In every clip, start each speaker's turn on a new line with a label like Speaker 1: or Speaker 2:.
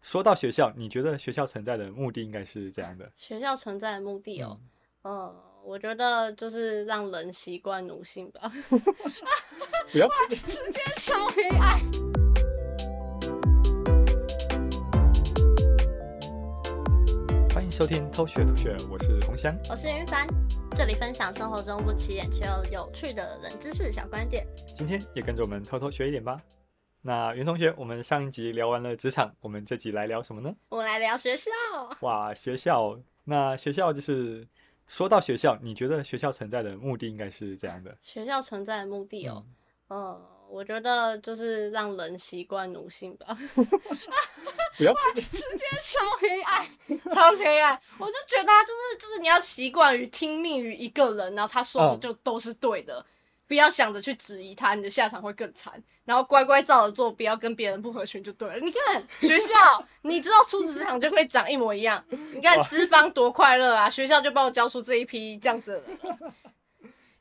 Speaker 1: 说到学校，你觉得学校存在的目的应该是怎样的？
Speaker 2: 学校存在的目的哦，嗯，我觉得就是让人习惯奴性吧。
Speaker 1: 不要，
Speaker 2: 直接超黑暗。
Speaker 1: 欢迎收听《偷学吐学》，我是红香。
Speaker 2: 我是云凡，这里分享生活中不起眼却又有趣的冷知识小观点。
Speaker 1: 今天也跟着我们偷偷学一点吧。那袁同学，我们上一集聊完了职场，我们这集来聊什 么呢？
Speaker 2: 我们来聊学校。
Speaker 1: 哇，学校。那学校就是说到学校，你觉得学校存在的目的应该是怎样的？
Speaker 2: 学校存在的目的哦，嗯，我觉得就是让人习惯奴性吧。
Speaker 1: 不要，
Speaker 2: 直接超黑暗，超黑暗。我就觉得啊就是就是你要习惯于听命于一个人，然后他说的
Speaker 1: 嗯
Speaker 2: 就都是对的，不要想着去质疑他，你的下场会更惨。然后乖乖照着做，不要跟别人不合群就对了。你看学校，你知道出职场就会长一模 一样。你看资方多快乐啊，学校就帮我教出这一批这样子 的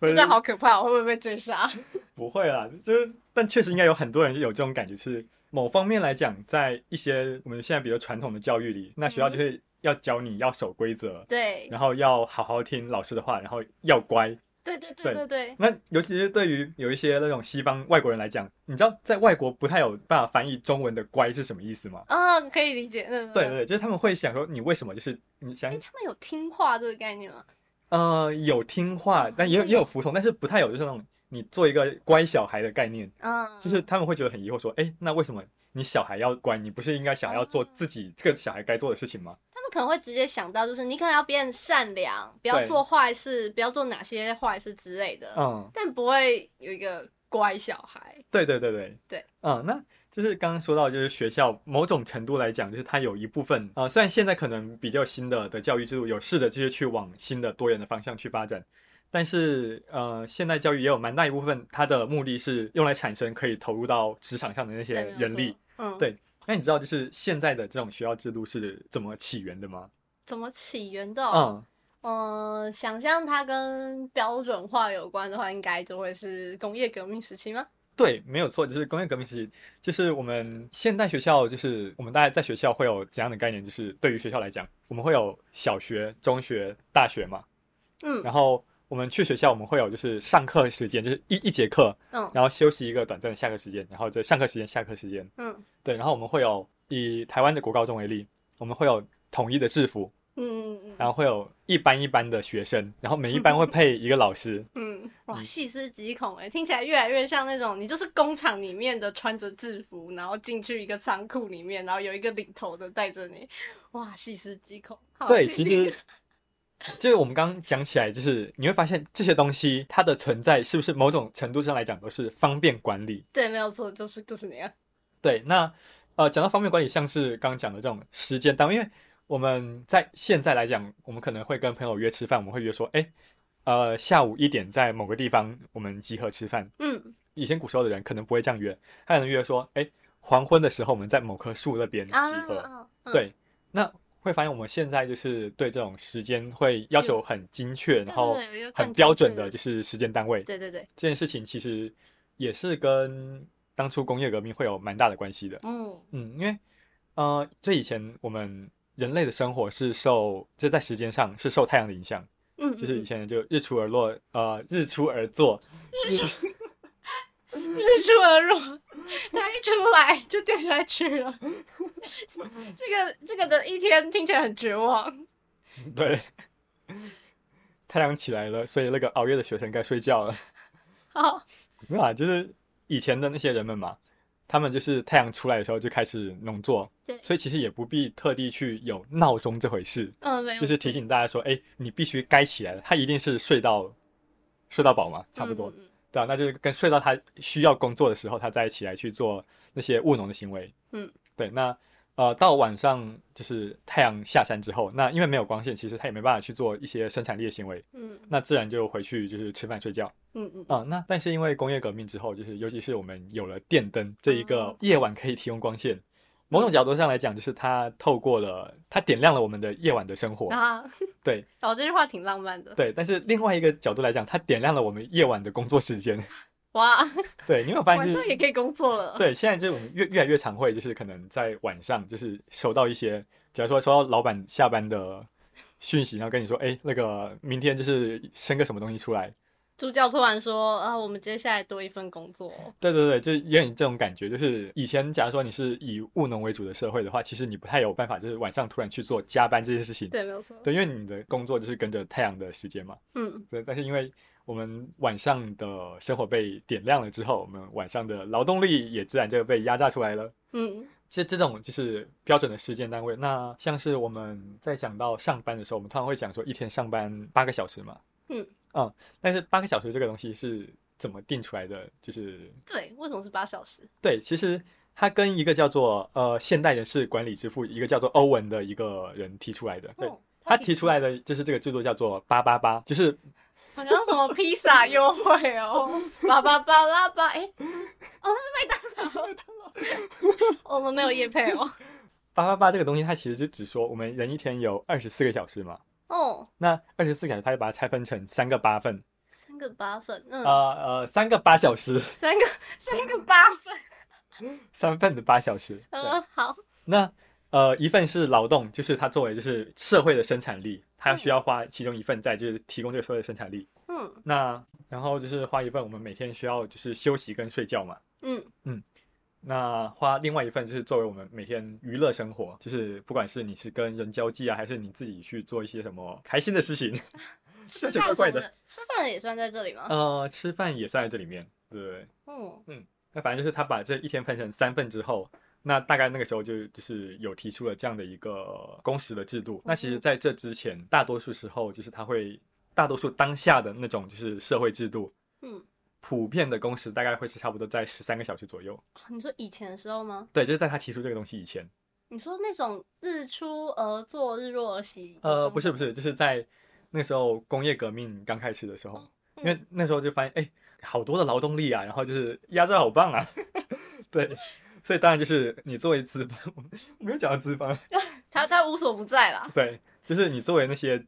Speaker 2: 人，真的好可怕，我会不会被 追杀？
Speaker 1: 不会啦，就是但确实应该有很多人是有这种感觉，是某方面来讲，在一些我们现在比如传统的教育里，那学校就会要教你要守规则，
Speaker 2: 对，
Speaker 1: 然后要好好听老师的话，然后要乖。
Speaker 2: 对对对对对，
Speaker 1: 那尤其是对于有一些那种西方外国人来讲，你知道在外国不太有办法翻译中文的“乖”是什么意思吗？
Speaker 2: 啊，可以理解。嗯，嗯
Speaker 1: 对
Speaker 2: 嗯
Speaker 1: 对，对就是他们会想说你为什么就是你想
Speaker 2: 他们有听话这个概念吗？
Speaker 1: 呃有听话，但也有也有服从，但是不太有就是那种你做一个乖小孩的概念，
Speaker 2: 嗯，
Speaker 1: 就是他们会觉得很疑惑说，哎，那为什么你小孩要乖？你不是应该想要做
Speaker 2: 嗯
Speaker 1: 自己这个小孩该做的事情吗？
Speaker 2: 他们可能会直接想到，就是你可能要变善良，不要
Speaker 1: 对
Speaker 2: 做坏事，不要做哪些坏事之类的，
Speaker 1: 嗯，
Speaker 2: 但不会有一个乖小孩。
Speaker 1: 对对对对
Speaker 2: 对，
Speaker 1: 嗯，那就是刚刚说到，就是学校某种程度来讲，就是它有一部分啊、呃虽然现在可能比较新的的教育制度有试着就是去往新的多元的方向去发展，但是呃，现代教育也有蛮大一部分它的目的是用来产生可以投入到职场上的那些
Speaker 2: 对没有
Speaker 1: 人力
Speaker 2: 错。嗯，
Speaker 1: 对那你知道就是现在的这种学校制度是怎么起源的吗？
Speaker 2: 怎么起源的、哦？
Speaker 1: 嗯，
Speaker 2: 嗯、想象它跟标准化有关的话，应该就会是工业革命时期吗？
Speaker 1: 对，没有错，就是工业革命时期，就是我们现代学校，就是我们大家在学校会有怎样的概念？就是对于学校来讲，我们会有小学、中学、大学嘛，
Speaker 2: 嗯
Speaker 1: 然后我们去学校，我们会有就是上课时间，就是一一节课，
Speaker 2: 嗯
Speaker 1: 然后休息一个短暂的下课时间，然后这上课时间、下课时间，
Speaker 2: 嗯
Speaker 1: 对，然后我们会有以台湾的国高中为例，我们会有统一的制服，
Speaker 2: 嗯嗯
Speaker 1: 然后会有一班一班的学生，然后每一班会配一个老师，
Speaker 2: 嗯，哇，细思极恐哎、听起来越来越像那种你就是工厂里面的穿着制服，然后进去一个仓库里面，然后有一个领头的带着你，哇，细思极恐。好
Speaker 1: 对，
Speaker 2: 继
Speaker 1: 其
Speaker 2: 续
Speaker 1: 实 就是我们刚刚讲起来，就是你会发现这些东西它的存在是不是某种程度上来讲都是方便管理？
Speaker 2: 对，没有错，就是就是那样。
Speaker 1: 对，那呃，讲到方便管理，像是刚刚讲的这种时间单位，因为我们在现在来讲，我们可能会跟朋友约吃饭，我们会约说，哎，呃，下午一点在某个地方我们集合吃饭。
Speaker 2: 嗯，
Speaker 1: 以前古时候的人可能不会这样约，他可能约说，哎，黄昏的时候我们在某棵树那边集合。
Speaker 2: 啊，嗯，
Speaker 1: 对，那会发现我们现在就是对这种时间会要求很精确，然后
Speaker 2: 嗯对对有一个
Speaker 1: 很
Speaker 2: 更
Speaker 1: 标
Speaker 2: 精
Speaker 1: 准
Speaker 2: 确
Speaker 1: 的
Speaker 2: 的
Speaker 1: 就是时间单位。
Speaker 2: 对对对，
Speaker 1: 这件事情其实也是跟当初工业革命会有蛮大的关系的。
Speaker 2: 嗯
Speaker 1: 嗯，因为呃，最以前我们人类的生活是受这在时间上是受太阳的影响，
Speaker 2: 嗯，
Speaker 1: 就是以
Speaker 2: 嗯
Speaker 1: 前人就日出而落，呃，日出而作，
Speaker 2: 嗯日出而落，它一出来就掉下去了。 这个这个的一天听起来很绝望。
Speaker 1: 对。 太阳起来了，所以那个熬夜的学生该睡觉了。
Speaker 2: 好，
Speaker 1: 没有啊，就是以前的那些人们嘛，他们就是太阳出来的时候就开始农作，
Speaker 2: 对
Speaker 1: 所以其实也不必特地去有闹钟这回事，
Speaker 2: 嗯，没有，
Speaker 1: 就是提醒大家说，哎，你必须该起来了，他一定是睡到睡到饱嘛，差不多，
Speaker 2: 嗯。嗯
Speaker 1: 对啊，那就是跟睡到他需要工作的时候，他再起来去做那些务农的行为，
Speaker 2: 嗯，
Speaker 1: 对，那。呃，到晚上就是太阳下山之后，那因为没有光线，其实他也没办法去做一些生产力的行为，
Speaker 2: 嗯
Speaker 1: 那自然就回去就是吃饭睡觉。
Speaker 2: 嗯嗯嗯，
Speaker 1: 啊、那但是因为工业革命之后，就是尤其是我们有了电灯这一个
Speaker 2: 哦
Speaker 1: 夜晚可以提供光线，某种角度上来讲，就是它透过了它点亮了我们的夜晚的生活，
Speaker 2: 啊，
Speaker 1: 对
Speaker 2: 哦，这句话挺浪漫的。
Speaker 1: 对。但是另外一个角度来讲，它点亮了我们夜晚的工作时间，
Speaker 2: 哇，
Speaker 1: 对，你有 发现、
Speaker 2: 晚
Speaker 1: 就是
Speaker 2: 上也可以工作了。
Speaker 1: 对，现在这种越越来越常会，就是可能在晚上，就是收到一些，假如说收到老板下班的讯息，然后跟你说，哎，那个明天就是生个什么东西出来。
Speaker 2: 助教突然说：“啊，我们接下来多一份工作。
Speaker 1: 对对对，就是有点这种感觉。就是以前，假如说你是以务农为主的社会的话，其实你不太有办法，就是晚上突然去做加班这件事情”。
Speaker 2: 对，没有错。
Speaker 1: 对，因为你的工作就是跟着太阳的时间嘛。
Speaker 2: 嗯，
Speaker 1: 对，但是因为我们晚上的生活被点亮了之后，我们晚上的劳动力也自然就被压榨出来了。
Speaker 2: 嗯，
Speaker 1: 这这种就是标准的时间单位。那像是我们在讲到上班的时候，我们通常会讲说一天上班八个小时嘛。
Speaker 2: 嗯
Speaker 1: 嗯，但是八个小时这个东西是怎么定出来的？就是
Speaker 2: 对，为什么是八小时？
Speaker 1: 对，其实它跟一个叫做呃现代人事管理之父，一个叫做欧文的一个人提出来的。对，
Speaker 2: 哦，
Speaker 1: 他提出来的就是这个制度叫做八八八，就是
Speaker 2: 好像什么披萨优 惠哦，叭叭叭叭叭，哎、哦，那是麦当劳， 我们没有夜配哦。
Speaker 1: 八八八这个东西，它其实就只说我们人一天有二十四个小时嘛。
Speaker 2: 哦，
Speaker 1: 那二十四个小时，它就把它拆分成三个八份，
Speaker 2: 三个八分，嗯，
Speaker 1: 呃呃，三个八小时，
Speaker 2: 三个三个八分，
Speaker 1: 三份的八小时。对
Speaker 2: 嗯，好，
Speaker 1: 那呃，一份是劳动，就是它作为就是社会的生产力，它需要花其中一份在就是提供这个社会的生产力。
Speaker 2: 嗯
Speaker 1: 那然后就是花一份，我们每天需要就是休息跟睡觉嘛。
Speaker 2: 嗯
Speaker 1: 那花另外一份就是作为我们每天娱乐生活，就是不管是你是跟人交际啊，还是你自己去做一些什么开心的事 情，
Speaker 2: 吃
Speaker 1: 这就怪
Speaker 2: 饭什
Speaker 1: 怪
Speaker 2: 么的，吃饭也算在这里吗？
Speaker 1: 呃，吃饭也算在这里面，对不对？
Speaker 2: 嗯，
Speaker 1: 那反正就是他把这一天分成三份之后，那大概那个时候就就是有提出了这样的一个工时的制度。那
Speaker 2: 嗯
Speaker 1: 其实在这之前，大多数时候就是他会，大多数当下的那种就是社会制度，
Speaker 2: 嗯，
Speaker 1: 普遍的工时大概会是差不多在十三个小时左右。
Speaker 2: 哦你说以前的时候吗？
Speaker 1: 对，就是在他提出这个东西以前，
Speaker 2: 你说那种日出而作，日落而息？
Speaker 1: 呃，不
Speaker 2: 哦是，
Speaker 1: 是不是，就是在那时候工业革命刚开始的时候，因
Speaker 2: 嗯
Speaker 1: 为那时候就发现，哎，好多的劳动力啊，然后就是压榨好棒啊，对，所以当然就是你作为资方，我没有讲到资方。
Speaker 2: 他他无所不在啦。
Speaker 1: 对，就是你作为那些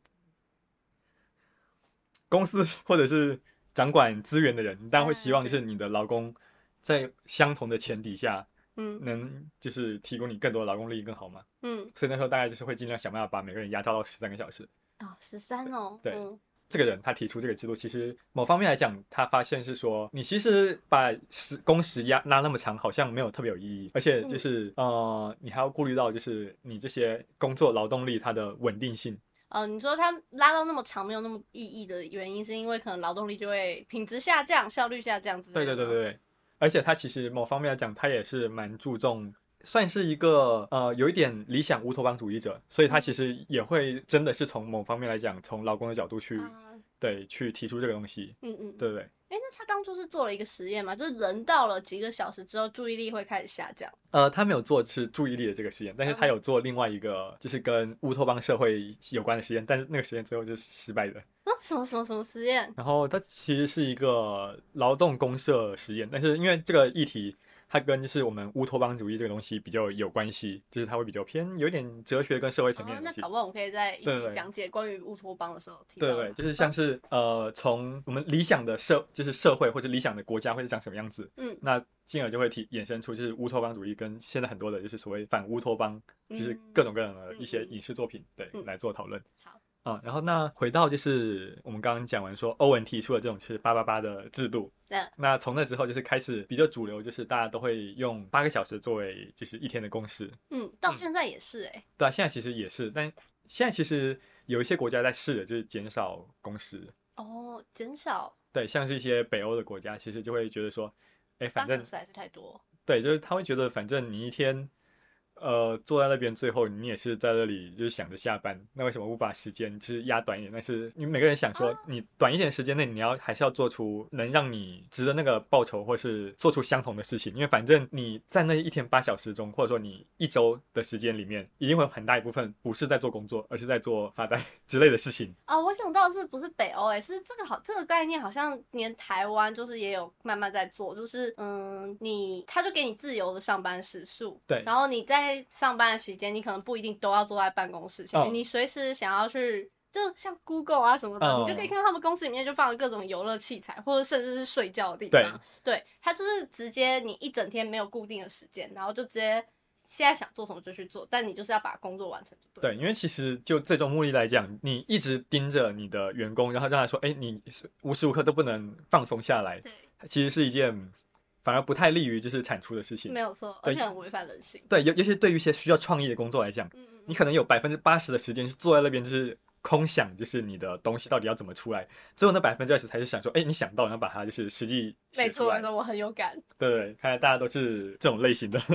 Speaker 1: 公司或者是掌管资源的人，你当然会希望就是你的劳工在相同的前提下，
Speaker 2: 嗯
Speaker 1: 能就是提供你更多的劳动力更好嘛。
Speaker 2: 嗯，
Speaker 1: 所以那时候大概就是会尽量想办法把每个人压榨到十三个小时。
Speaker 2: 啊，十三哦，
Speaker 1: 对
Speaker 2: 嗯
Speaker 1: 这个人他提出这个制度，其实某方面来讲，他发现是说，你其实把时工时压拉那么长，好像没有特别有意义，而且就是、呃，你还要顾虑到就是你这些工作劳动力它的稳定性。
Speaker 2: 呃，你说它拉到那么长没有那么意义的原因，是因为可能劳动力就会品质下降、效率下降之类
Speaker 1: 对
Speaker 2: 的。
Speaker 1: 对对对，对，而且他其实某方面来讲，他也是蛮注重，算是一个呃有一点理想乌托邦主义者，所以他其实也会真的是从某方面来讲，从劳工的角度去、
Speaker 2: 啊，
Speaker 1: 对去提出这个东西，
Speaker 2: 嗯嗯，
Speaker 1: 对不对？
Speaker 2: 哎，那他当初是做了一个实验嘛？就是人到了几个小时之后，注意力会开始下降。
Speaker 1: 呃，他没有做是注意力的这个实验，但是他
Speaker 2: 嗯
Speaker 1: 有做另外一个就是跟乌托邦社会有关的实验，但是那个实验最后就是失败的。
Speaker 2: 啊，什么什么什么实验？
Speaker 1: 然后它其实是一个劳动公社实验，但是因为这个议题，它跟就是我们乌托邦主义这个东西比较有关系，就是它会比较偏有点哲学跟社会层面
Speaker 2: 啊
Speaker 1: 的，
Speaker 2: 那
Speaker 1: 东西。
Speaker 2: 搞不好我们可以在一
Speaker 1: 对对
Speaker 2: 起
Speaker 1: 对
Speaker 2: 讲解关于乌托邦的时候提到
Speaker 1: 对
Speaker 2: 它。
Speaker 1: 对，就是像是呃，从我们理想的社，就是社会或者理想的国家会是长什么样子，
Speaker 2: 嗯
Speaker 1: 那进而就会提衍生出就是乌托邦主义跟现在很多的就是所谓反乌托邦，就是各种各样的一些影视作品，对，
Speaker 2: 嗯
Speaker 1: 来做讨论。
Speaker 2: 好，
Speaker 1: 啊，然后那回到就是我们刚刚讲完说欧文提出的这种是八八八的制度，
Speaker 2: 那
Speaker 1: 那从那之后就是开始比较主流，就是大家都会用八个小时作为就是一天的工时，
Speaker 2: 嗯，到
Speaker 1: 嗯
Speaker 2: 现在也是哎、
Speaker 1: 对啊，现在其实也是，但现在其实有一些国家在试的就是减少工时，
Speaker 2: 哦，减少
Speaker 1: 对，像是一些北欧的国家，其实就会觉得说，哎，
Speaker 2: 八
Speaker 1: 反
Speaker 2: 小
Speaker 1: 正
Speaker 2: 时还是太多。
Speaker 1: 对，就是他会觉得反正你一天，呃，坐在那边，最后你也是在那里就是想着下班，那为什么不把时间就是压短一点？但是你每个人想说，你短一点时间内，你要还是要做出能让你值得那个报酬，或是做出相同的事情，因为反正你在那一天八小时中，或者说你一周的时间里面，一定会有很大一部分不是在做工作，而是在做发呆 之类的事情。
Speaker 2: 啊、我想到的是不是北欧、欸？哎，是这个好，这个概念好像连台湾就是也有慢慢在做，就是嗯，你他就给你自由的上班时数，
Speaker 1: 对
Speaker 2: 然后你在上班的时间，你可能不一定都要坐在办公室前
Speaker 1: 嗯
Speaker 2: 面，你随时想要去就像 Google 啊什么的，
Speaker 1: 嗯
Speaker 2: 你就可以看他们公司里面就放了各种游乐器材，或者甚至是睡觉的地方。对，它就是直接你一整天没有固定的时间，然后就直接现在想做什么就去做，但你就是要把工作完成就对了。
Speaker 1: 对，因为其实就最终目的来讲，你一直盯着你的员工，然后让他说，哎，你是无时无刻都不能放松下来，
Speaker 2: 对，
Speaker 1: 其实是一件反而不太利于就是产出的事情
Speaker 2: 没。有错，而
Speaker 1: 对
Speaker 2: 且很违反人性。
Speaker 1: 对，尤尤其对于一些需要创意的工作来讲，
Speaker 2: 嗯嗯
Speaker 1: 你
Speaker 2: 嗯，
Speaker 1: 可能有百分之八十的时间是坐在那边就是空想，就是你的东西到底要怎么出来，最后那百分之二十才是想说，哎，你想到，然后把它就是实际写
Speaker 2: 没
Speaker 1: 出
Speaker 2: 错没
Speaker 1: 来。
Speaker 2: 错，我很有感。
Speaker 1: 对，看来大家都是这种类型的。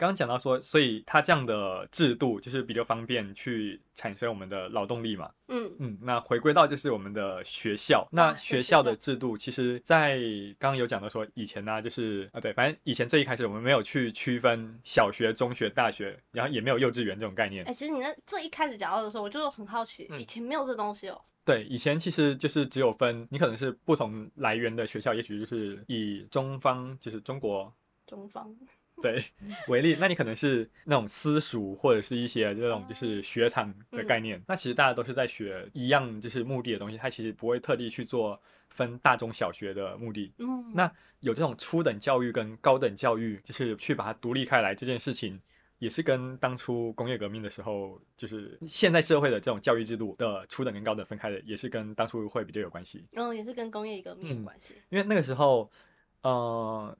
Speaker 1: 刚刚讲到说，所以它这样的制度就是比较方便去产生我们的劳动力嘛。
Speaker 2: 嗯，
Speaker 1: 嗯，那回归到就是我们的学校，那啊学校的制度，其实，在刚刚有讲到说以前呢、就是啊对，反正以前最一开始我们没有去区分小学、中学、大学，然后也没有幼稚园这种概念
Speaker 2: 哎、。其实你那最一开始讲到的时候，我就很好奇，
Speaker 1: 嗯
Speaker 2: 以前没有这东西哦、
Speaker 1: 对，以前其实就是只有分，你可能是不同来源的学校，也许就是以中方，就是中国
Speaker 2: 中方
Speaker 1: 对为例，那你可能是那种私塾或者是一些这种就是学堂的概念。那其实大家都是在学一样就是目的的东西，它其实不会特地去做分大中小学的目的。
Speaker 2: 嗯，
Speaker 1: 那有这种初等教育跟高等教育，就是去把它独立开来这件事情。也是跟当初工业革命的时候，就是现代社会的这种教育制度的初等跟高等分开的，也是跟当初会比较有关系。
Speaker 2: 嗯也是跟工业革命有
Speaker 1: 嗯
Speaker 2: 关系。
Speaker 1: 因为那个时候，呃，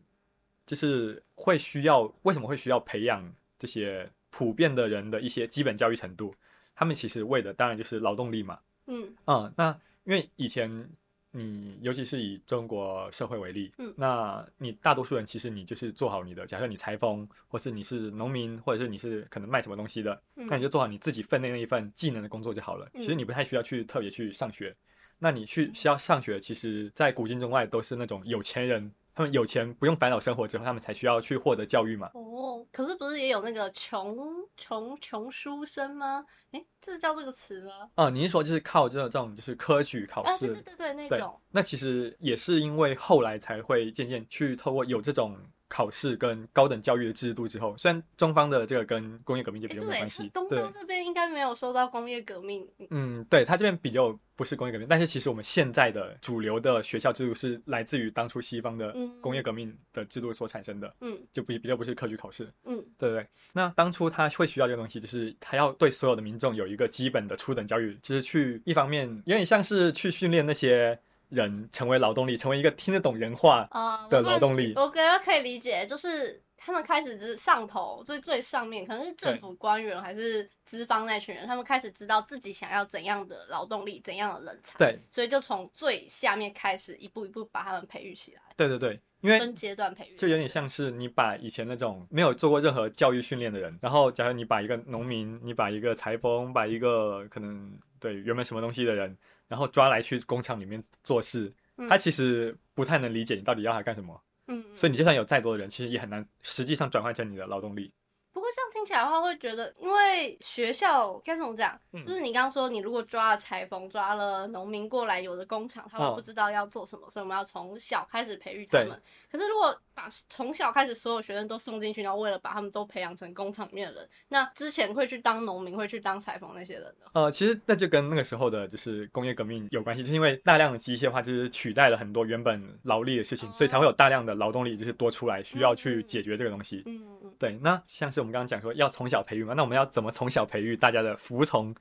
Speaker 1: 就是会需要为什么会需要培养这些普遍的人的一些基本教育程度？他们其实为的当然就是劳动力嘛。
Speaker 2: 嗯
Speaker 1: 嗯，那因为以前你尤其是以中国社会为例，
Speaker 2: 嗯
Speaker 1: 那你大多数人其实你就是做好你的，假设你裁缝，或是你是农民，或者是你是可能卖什么东西的，
Speaker 2: 嗯，
Speaker 1: 那你就做好你自己分内那一份技能的工作就好了。
Speaker 2: 嗯
Speaker 1: 其实你不太需要去特别去上学。那你去需要上学，其实，在古今中外都是那种有钱人，他们有钱不用烦恼生活之后，他们才需要去获得教育嘛。
Speaker 2: 哦，可是不是也有那个穷穷穷书生吗？诶，这叫这个词吗？
Speaker 1: 啊、你是说就是靠这种哦就是科举考
Speaker 2: 啊，
Speaker 1: 试？
Speaker 2: 对对对对，那
Speaker 1: 对
Speaker 2: 种，
Speaker 1: 那其实也是因为后来才会渐渐去透过有这种考试跟高等教育的制度之后，虽然中方的这个跟工业革命就
Speaker 2: 诶
Speaker 1: 比较没有
Speaker 2: 对，
Speaker 1: 关
Speaker 2: 是
Speaker 1: 系，
Speaker 2: 东
Speaker 1: 对
Speaker 2: 方这边应该没有受到工业革命影
Speaker 1: 嗯，对，它这边比较不是工业革命，但是其实我们现在的主流的学校制度是来自于当初西方的
Speaker 2: 嗯
Speaker 1: 工业革命的制度所产生的，
Speaker 2: 嗯
Speaker 1: 就比比较不是科举考试，
Speaker 2: 嗯
Speaker 1: 对不对？那当初他会需要这个东西，就是他要对所有的民众有一个基本的初等教育，就是去一方面有点像是去训练那些人成为劳动力，成为一个听得懂人话
Speaker 2: 啊
Speaker 1: 的劳动力。
Speaker 2: 我觉得可以理解，就是他们开始只上头最最上面，可能是政
Speaker 1: 对
Speaker 2: 府官员还是资方那群人，他们开始知道自己想要怎样的劳动力、怎样的人才，
Speaker 1: 对，
Speaker 2: 所以就从最下面开始一步一步把他们培育起来，
Speaker 1: 对对对，因为
Speaker 2: 分阶段培育，
Speaker 1: 就有点像是你把以前那种没有做过任何教育训练的人，然后假如你把一个农民，你把一个裁缝，把一个可能对原本什么东西的人，然后抓来去工厂里面做事，
Speaker 2: 嗯
Speaker 1: 他其实不太能理解你到底要他干什么，
Speaker 2: 嗯，嗯
Speaker 1: 所以你就算有再多的人，其实也很难实际上转换成你的劳动力。
Speaker 2: 不过这样听起来的话，会觉得，因为学校该怎么讲，
Speaker 1: 嗯
Speaker 2: 就是你刚刚说，你如果抓了裁缝，抓了农民过来，有的工厂他们
Speaker 1: 哦
Speaker 2: 不知道要做什么，所以我们要从小开始培育他
Speaker 1: 对
Speaker 2: 们。可是如果把从小开始所有学生都送进去，然后为了把他们都培养成工厂里面的人，那之前会去当农民，会去当裁缝那些人的，
Speaker 1: 呃，其实那就跟那个时候的就是工业革命有关系，就是因为大量的机械化就是取代了很多原本劳力的事情，所以才会有大量的劳动力就是多出来，需要去解决这个东西。
Speaker 2: 嗯嗯
Speaker 1: 对，那像是我们刚刚讲说要从小培育嘛，那我们要怎么从小培育大家的服从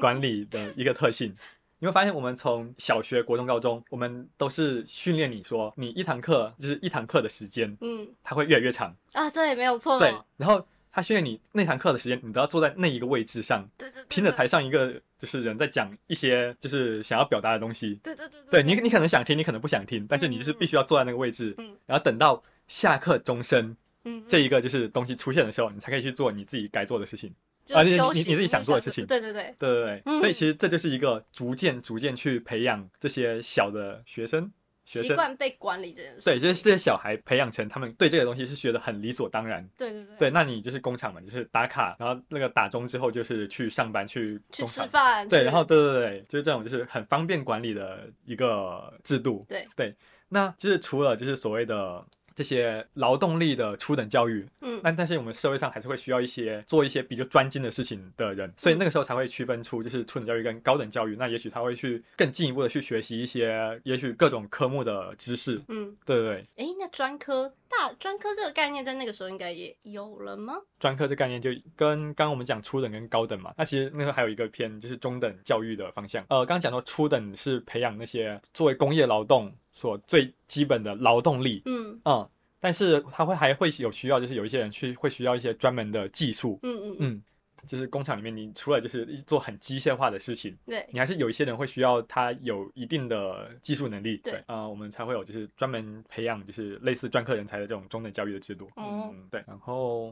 Speaker 1: 管理的一个特性？你会发现，我们从小学、国中、高中，我们都是训练你说，你一堂课就是一堂课的时间，
Speaker 2: 嗯
Speaker 1: 它会越来越长。
Speaker 2: 啊，对，没有错，
Speaker 1: 对，然后他训练你那堂课的时间，你都要坐在那一个位置上，
Speaker 2: 对对，对
Speaker 1: 听着，台上一个就是人在讲一些就是想要表达的东西。
Speaker 2: 对对对
Speaker 1: 对你，你可能想听，你可能不想听，但是你就是必须要坐在那个位置，
Speaker 2: 嗯
Speaker 1: 然后等到下课钟声
Speaker 2: 嗯，嗯
Speaker 1: 这一个就是东西出现的时候，你才可以去做你自己该做的事情。
Speaker 2: 就
Speaker 1: 啊你
Speaker 2: 休
Speaker 1: 你
Speaker 2: 息
Speaker 1: 你自己
Speaker 2: 不是
Speaker 1: 想做的事情
Speaker 2: 对对对，
Speaker 1: 对对
Speaker 2: 嗯
Speaker 1: 对，所以其实这就是一个逐渐逐渐去培养这些小的学生学
Speaker 2: 习
Speaker 1: 生，
Speaker 2: 惯被管理这件事情，
Speaker 1: 对，就是这些小孩培养成他们对这个东西是觉得很理所当然。
Speaker 2: 对对对
Speaker 1: 对，那你就是工厂嘛，就是打卡，然后那个打钟之后就是去上班去
Speaker 2: 去
Speaker 1: 工
Speaker 2: 吃
Speaker 1: 厂。
Speaker 2: 饭，
Speaker 1: 对，
Speaker 2: 去
Speaker 1: 然后对对对，就是这种就是很方便管理的一个制度。
Speaker 2: 对
Speaker 1: 对，那就是除了就是所谓的这些劳动力的初等教育，
Speaker 2: 嗯
Speaker 1: 但但是我们社会上还是会需要一些做一些比较专精的事情的人，所以
Speaker 2: 嗯
Speaker 1: 那个时候才会区分出就是初等教育跟高等教育。那也许他会去更进一步的去学习一些，也许各种科目的知识，
Speaker 2: 嗯，
Speaker 1: 对对对，
Speaker 2: 诶，那专科大专科这个概念在那个时候应该也有了吗？
Speaker 1: 专科这概念就跟刚刚我们讲初等跟高等嘛，那其实那时候还有一个偏就是中等教育的方向。呃，刚刚讲到初等是培养那些作为工业劳动所最基本的劳动力，
Speaker 2: 嗯
Speaker 1: 嗯，但是他会还会有需要，就是有一些人去会需要一些专门的技术，
Speaker 2: 嗯嗯，
Speaker 1: 嗯，就是工厂里面，你除了就是做很机械化的事情，
Speaker 2: 对，
Speaker 1: 你还是有一些人会需要他有一定的技术能力，
Speaker 2: 对
Speaker 1: 啊、呃我们才会有就是专门培养就是类似专科人才的这种中等教育的制度。
Speaker 2: 哦
Speaker 1: 嗯，对。然后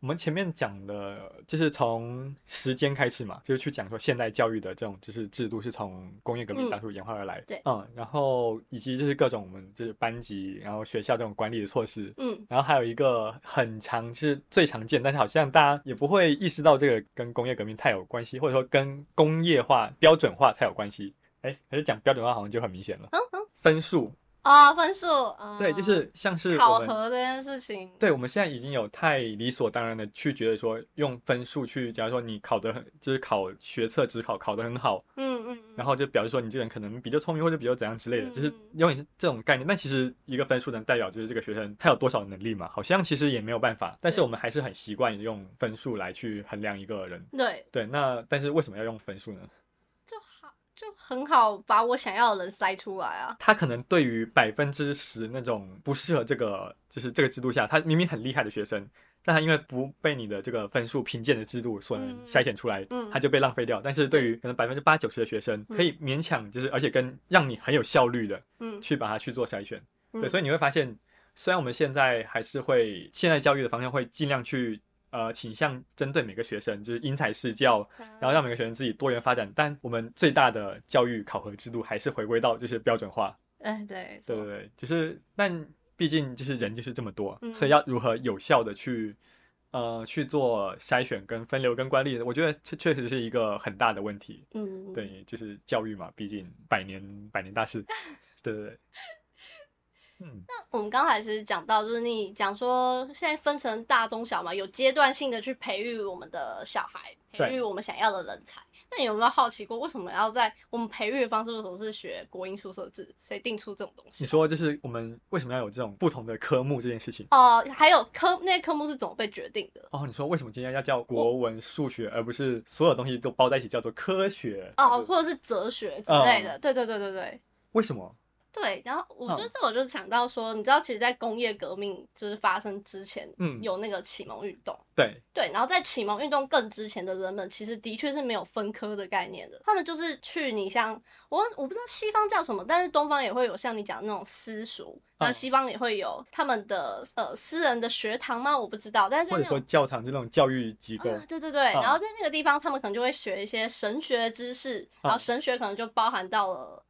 Speaker 1: 我们前面讲的，就是从时间开始嘛，就是去讲说现代教育的这种就是制度是从工业革命
Speaker 2: 嗯
Speaker 1: 当初演化而来，
Speaker 2: 对
Speaker 1: 嗯，然后以及就是各种我们就是班级，然后学校这种管理的措施，
Speaker 2: 嗯
Speaker 1: 然后还有一个很常是最常见，但是好像大家也不会意识到这个跟工业革命太有关系，或者说跟工业化、标准化太有关系。哎，还是讲标准化好像就很明显了。
Speaker 2: 嗯嗯，
Speaker 1: 分数，
Speaker 2: 啊，分数啊，
Speaker 1: 对，就是像是我
Speaker 2: 考
Speaker 1: 们，
Speaker 2: 核这件事情，
Speaker 1: 对我们现在已经有太理所当然的去觉得说，用分数去，假如说你考得很，就是考学测、只考考得很好，
Speaker 2: 嗯嗯嗯，
Speaker 1: 然后就表示说你这个人可能比较聪明或者比较怎样之类的，
Speaker 2: 嗯
Speaker 1: 就是有点是这种概念。但其实一个分数能代表就是这个学生他有多少能力嘛？好像其实也没有办法。但是我们还是很习惯用分数来去衡量一个人。
Speaker 2: 对，
Speaker 1: 对，那但是为什么要用分数呢？
Speaker 2: 就好，就很好把我想要的人塞出来啊，
Speaker 1: 他可能对于百分之十那种不适合这个就是这个制度下，他明明很厉害的学生，但他因为不被你的这个分数评鉴的制度所能
Speaker 2: 嗯
Speaker 1: 筛选出来，
Speaker 2: 嗯
Speaker 1: 他就被浪费掉。但是对于可能百分之八九十的学生，
Speaker 2: 嗯
Speaker 1: 可以勉强就是而且跟让你很有效率的。
Speaker 2: 嗯
Speaker 1: 去把它去做筛选。
Speaker 2: 嗯
Speaker 1: 对，所以你会发现，虽然我们现在还是会现在教育的方向会尽量去呃倾向针对每个学生，就是因材施教，
Speaker 2: 嗯
Speaker 1: 然后让每个学生自己多元发展，但我们最大的教育考核制度还是回归到就是标准化，
Speaker 2: 哎对
Speaker 1: 对不对？就是但毕竟就是人就是这么多，
Speaker 2: 嗯
Speaker 1: 所以要如何有效的去。呃，去做筛选、跟分流、跟管理，我觉得这确实是一个很大的问题。
Speaker 2: 嗯，
Speaker 1: 对，就是教育嘛，毕竟百年百年大 事，对对对。嗯，
Speaker 2: 我们刚才其实讲到，就是你讲说现在分成大中小嘛，有阶段性的去培育我们的小孩，
Speaker 1: 对
Speaker 2: 培育我们想要的人才。那你有没有好奇过，为什么要在我们培育的方式为什么是学国英数社制？谁定出这种东西
Speaker 1: 你？说就是我们为什么要有这种不同的科目这件事情？
Speaker 2: 哦、还有科那些科目是怎么被决定的？
Speaker 1: 哦，你说为什么今天要叫国文、数学，而不是所有东西都包在一起叫做科学？
Speaker 2: 哦，，或者是哲学
Speaker 1: 嗯
Speaker 2: 之类的？对对对对对。
Speaker 1: 为什么？
Speaker 2: 对，然后我觉得
Speaker 1: 嗯
Speaker 2: 这我就想到说，你知道，其实，在工业革命就是发生之前，
Speaker 1: 嗯
Speaker 2: 有那个启蒙运动，
Speaker 1: 对，
Speaker 2: 对，然后在启蒙运动更之前的人们，其实的确是没有分科的概念的，他们就是去你像我我不知道西方叫什么，但是东方也会有像你讲的那种私塾，那
Speaker 1: 嗯
Speaker 2: 西方也会有他们的呃私人的学堂吗？我不知道，但是
Speaker 1: 或者
Speaker 2: 在那
Speaker 1: 说
Speaker 2: 种。
Speaker 1: 教堂这种教育机构，
Speaker 2: 啊，对对对，
Speaker 1: 嗯
Speaker 2: 然后在那个地方，他们可能就会学一些神学知识，然后
Speaker 1: 嗯
Speaker 2: 神学可能就包含到了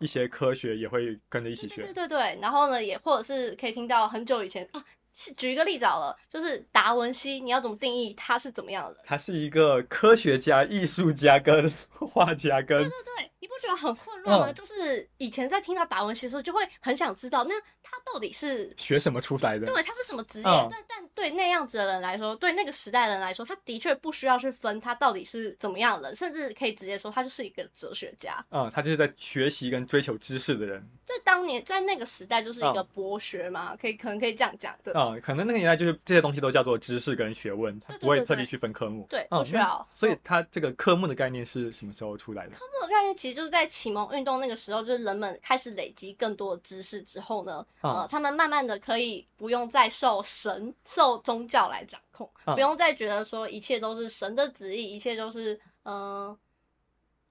Speaker 1: 一些科学也会跟着一起学
Speaker 2: 对。对对，然后呢，也或者是可以听到很久以前啊，是举一个例子好了，就是达文西，你要怎么定义他是怎么样的人？
Speaker 1: 他是一个科学家、艺术家跟 画家跟
Speaker 2: 对，你不觉得很混乱吗？
Speaker 1: 嗯
Speaker 2: 就是以前在听到达文西的时候，就会很想知道，那他到底是
Speaker 1: 学什么出来的？
Speaker 2: 对他是什么职业？
Speaker 1: 嗯
Speaker 2: 但但对那样子的人来说，对那个时代的人来说，他的确不需要去分他到底是怎么样的人，甚至可以直接说他就是一个哲学家。
Speaker 1: 嗯，他就是在学习跟追求知识的人。
Speaker 2: 在当年，在那个时代，就是一个
Speaker 1: 嗯
Speaker 2: 博学嘛，可以可能可以这样讲的。
Speaker 1: 啊、可能那个年代就是这些东西都叫做知识跟学问，它
Speaker 2: 对对
Speaker 1: 不会
Speaker 2: 对
Speaker 1: 特地
Speaker 2: 对
Speaker 1: 去分科目。
Speaker 2: 对
Speaker 1: 嗯
Speaker 2: 不需要
Speaker 1: 那所以它这个科目的概念是什么时候出来的？
Speaker 2: 我概念其实就是在启蒙运动那个时候，就是人们开始累积更多的知识之后呢，呃
Speaker 1: 啊，
Speaker 2: 他们慢慢的可以不用再受神、受宗教来掌控，
Speaker 1: 嗯
Speaker 2: 不用再觉得说一切都是神的旨意，一切都是呃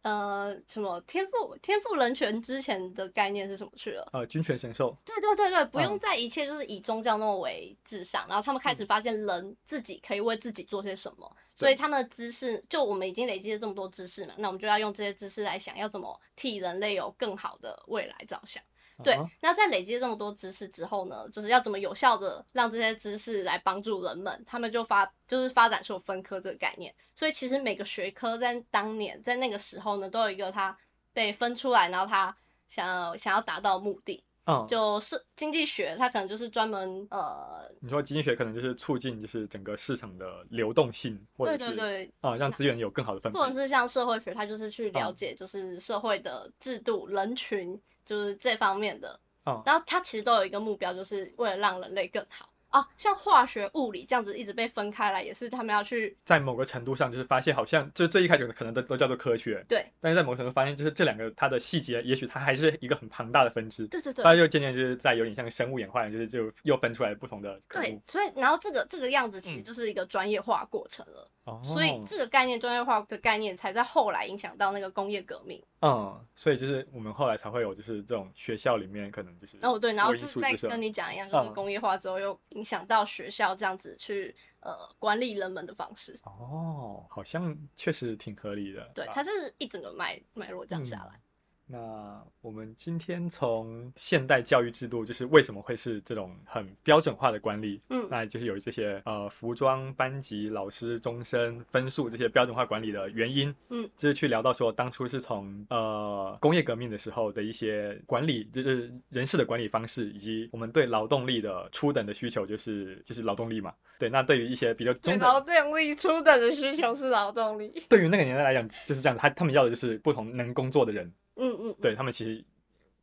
Speaker 2: 呃什么天赋天赋人权之前的概念是什么去了？嗯
Speaker 1: 呃，君权神授。
Speaker 2: 对对对对，不用再一切就是以宗教那么为至上，然后他们开始发现人自己可以为自己做些什么，所以他们的知识，就我们已经累积了这么多知识嘛，那我们就要用这些知识来想要怎么替人类有更好的未来着想。对
Speaker 1: 啊，
Speaker 2: 那在累积了这么多知识之后呢，就是要怎么有效的让这些知识来帮助人们，他们就发就是发展出分科这个概念。所以其实每个学科在当年在那个时候呢，都有一个它被分出来，然后它想要想要达到的目的。
Speaker 1: 嗯，
Speaker 2: 就是经济学，它可能就是专门呃，
Speaker 1: 你说经济学可能就是促进就是整个市场的流动性，或
Speaker 2: 对
Speaker 1: 者
Speaker 2: 对
Speaker 1: 是
Speaker 2: 对，
Speaker 1: 啊、让资源有更好的分配
Speaker 2: 或。者是像社会学，它就是去了解就是社会的制度、人群，就是这方面的。
Speaker 1: 嗯
Speaker 2: 然后它其实都有一个目标，就是为了让人类更好。哦，像化学、物理这样子一直被分开来，也是他们要去
Speaker 1: 在某个程度上，就是发现好像就最一开始可能都都叫做科学，
Speaker 2: 对
Speaker 1: 但是在某个程度发现，就是这两个它的细节，也许它还是一个很庞大的分支。
Speaker 2: 对对对
Speaker 1: 它就渐渐就是在有点像生物演化，就是就又分出来不同的科
Speaker 2: 对
Speaker 1: 目。，
Speaker 2: 所以然后这个这个样子其实
Speaker 1: 嗯
Speaker 2: 就是一个专业化过程了，
Speaker 1: 哦，
Speaker 2: 所以这个概念专业化的概念才在后来影响到那个工业革命。
Speaker 1: 嗯，所以就是我们后来才会有就是这种学校里面可能就是
Speaker 2: 哦，对，然后
Speaker 1: 有
Speaker 2: 就
Speaker 1: 艺术
Speaker 2: 再
Speaker 1: 之声
Speaker 2: 跟你讲一样，就是
Speaker 1: 嗯
Speaker 2: 工业化之后又影响到学校这样子去呃管理人们的方式。
Speaker 1: 哦，好像确实挺合理的。
Speaker 2: 对，
Speaker 1: 啊
Speaker 2: 它是一整个脉脉络这样下来。
Speaker 1: 嗯那我们今天从现代教育制度，就是为什么会是这种很标准化的管理，
Speaker 2: 嗯，
Speaker 1: 那就是有这些呃服装、班级、老师、终身、分数这些标准化管理的原因。
Speaker 2: 嗯，
Speaker 1: 就是去聊到说，当初是从呃工业革命的时候的一些管理，就是人事的管理方式，以及我们对劳动力的初等的需求，就是就是劳动力嘛。对，那对于一些比较中等，
Speaker 2: 动力初等的需求是劳动力。
Speaker 1: 对于那个年代来讲就是这样，他他们要的就是不同能工作的人。
Speaker 2: 嗯嗯，
Speaker 1: 对他们其实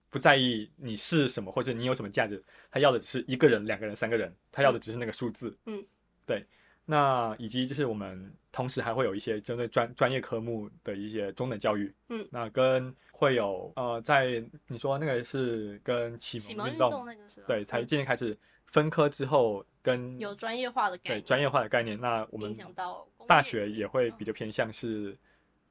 Speaker 1: 不在意你是什么或者你有什么价值，他要的只是一个人、两个人、三个人，他要的只是那个数字。
Speaker 2: 嗯，
Speaker 1: 对。那以及就是我们同时还会有一些针对专专业科目的一些中等教育，
Speaker 2: 嗯
Speaker 1: 那跟会有呃，在你说那个是跟启
Speaker 2: 启
Speaker 1: 蒙
Speaker 2: 蒙
Speaker 1: 运
Speaker 2: 运
Speaker 1: 动
Speaker 2: 动那个时候，
Speaker 1: 对才
Speaker 2: 嗯
Speaker 1: 渐渐开始分科之后跟
Speaker 2: 有专业化的概
Speaker 1: 嗯对
Speaker 2: 念，
Speaker 1: 专业化的概念，那我们
Speaker 2: 影响到工业
Speaker 1: 大学也会
Speaker 2: 嗯
Speaker 1: 比较偏向是，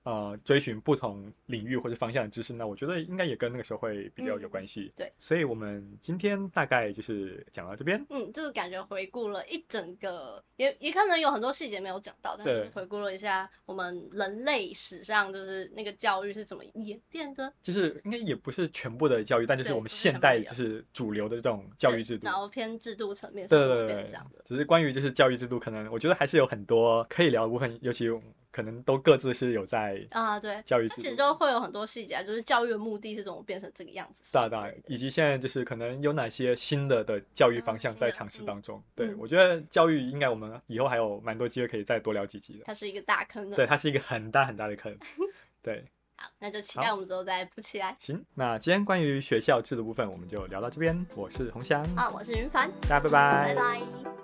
Speaker 1: 呃，追寻不同领域或者方向的知识。那我觉得应该也跟那个时候会比较有关系。
Speaker 2: 嗯对，
Speaker 1: 所以我们今天大概就是讲到这边。
Speaker 2: 嗯，就是感觉回顾了一整个，也也可能有很多细节没有讲到，但是
Speaker 1: 对
Speaker 2: 就是回顾了一下我们人类史上就是那个教育是怎么演变的，
Speaker 1: 就是应该也不是全部的教育，但就是
Speaker 2: 对
Speaker 1: 我们
Speaker 2: 不是
Speaker 1: 现
Speaker 2: 全部
Speaker 1: 代
Speaker 2: 有
Speaker 1: 就是主流的这种教育
Speaker 2: 对
Speaker 1: 制度
Speaker 2: 然。后偏制度层面是
Speaker 1: 对对
Speaker 2: 怎么
Speaker 1: 对对
Speaker 2: 变
Speaker 1: 对
Speaker 2: 这样的。
Speaker 1: 只是关于就是教育制度，可能我觉得还是有很多可以聊的部分，尤其可能都各自是有在
Speaker 2: 啊，对，
Speaker 1: 教育
Speaker 2: 它
Speaker 1: 制
Speaker 2: 其实
Speaker 1: 度。
Speaker 2: 都会有很多细节啊，就是教育的目的是怎么变成这个样子什
Speaker 1: 大
Speaker 2: 么之类的。
Speaker 1: 大，以及现在就是可能有哪些新的的教育方向
Speaker 2: 嗯
Speaker 1: 在
Speaker 2: 新的
Speaker 1: 尝试
Speaker 2: 嗯
Speaker 1: 当中。对
Speaker 2: 嗯
Speaker 1: 我觉得教育应该我们以后还有蛮多机会可以再多聊几集的。
Speaker 2: 它是一个大坑的。
Speaker 1: 对，它是一个很大很大的 坑。对，
Speaker 2: 好，那就期
Speaker 1: 好
Speaker 2: 待我们之后再补起来。
Speaker 1: 行，那今天关于学校制度部分我们就聊到这边。我是红翔，
Speaker 2: 啊，我是云凡，
Speaker 1: 大家拜
Speaker 2: 拜拜。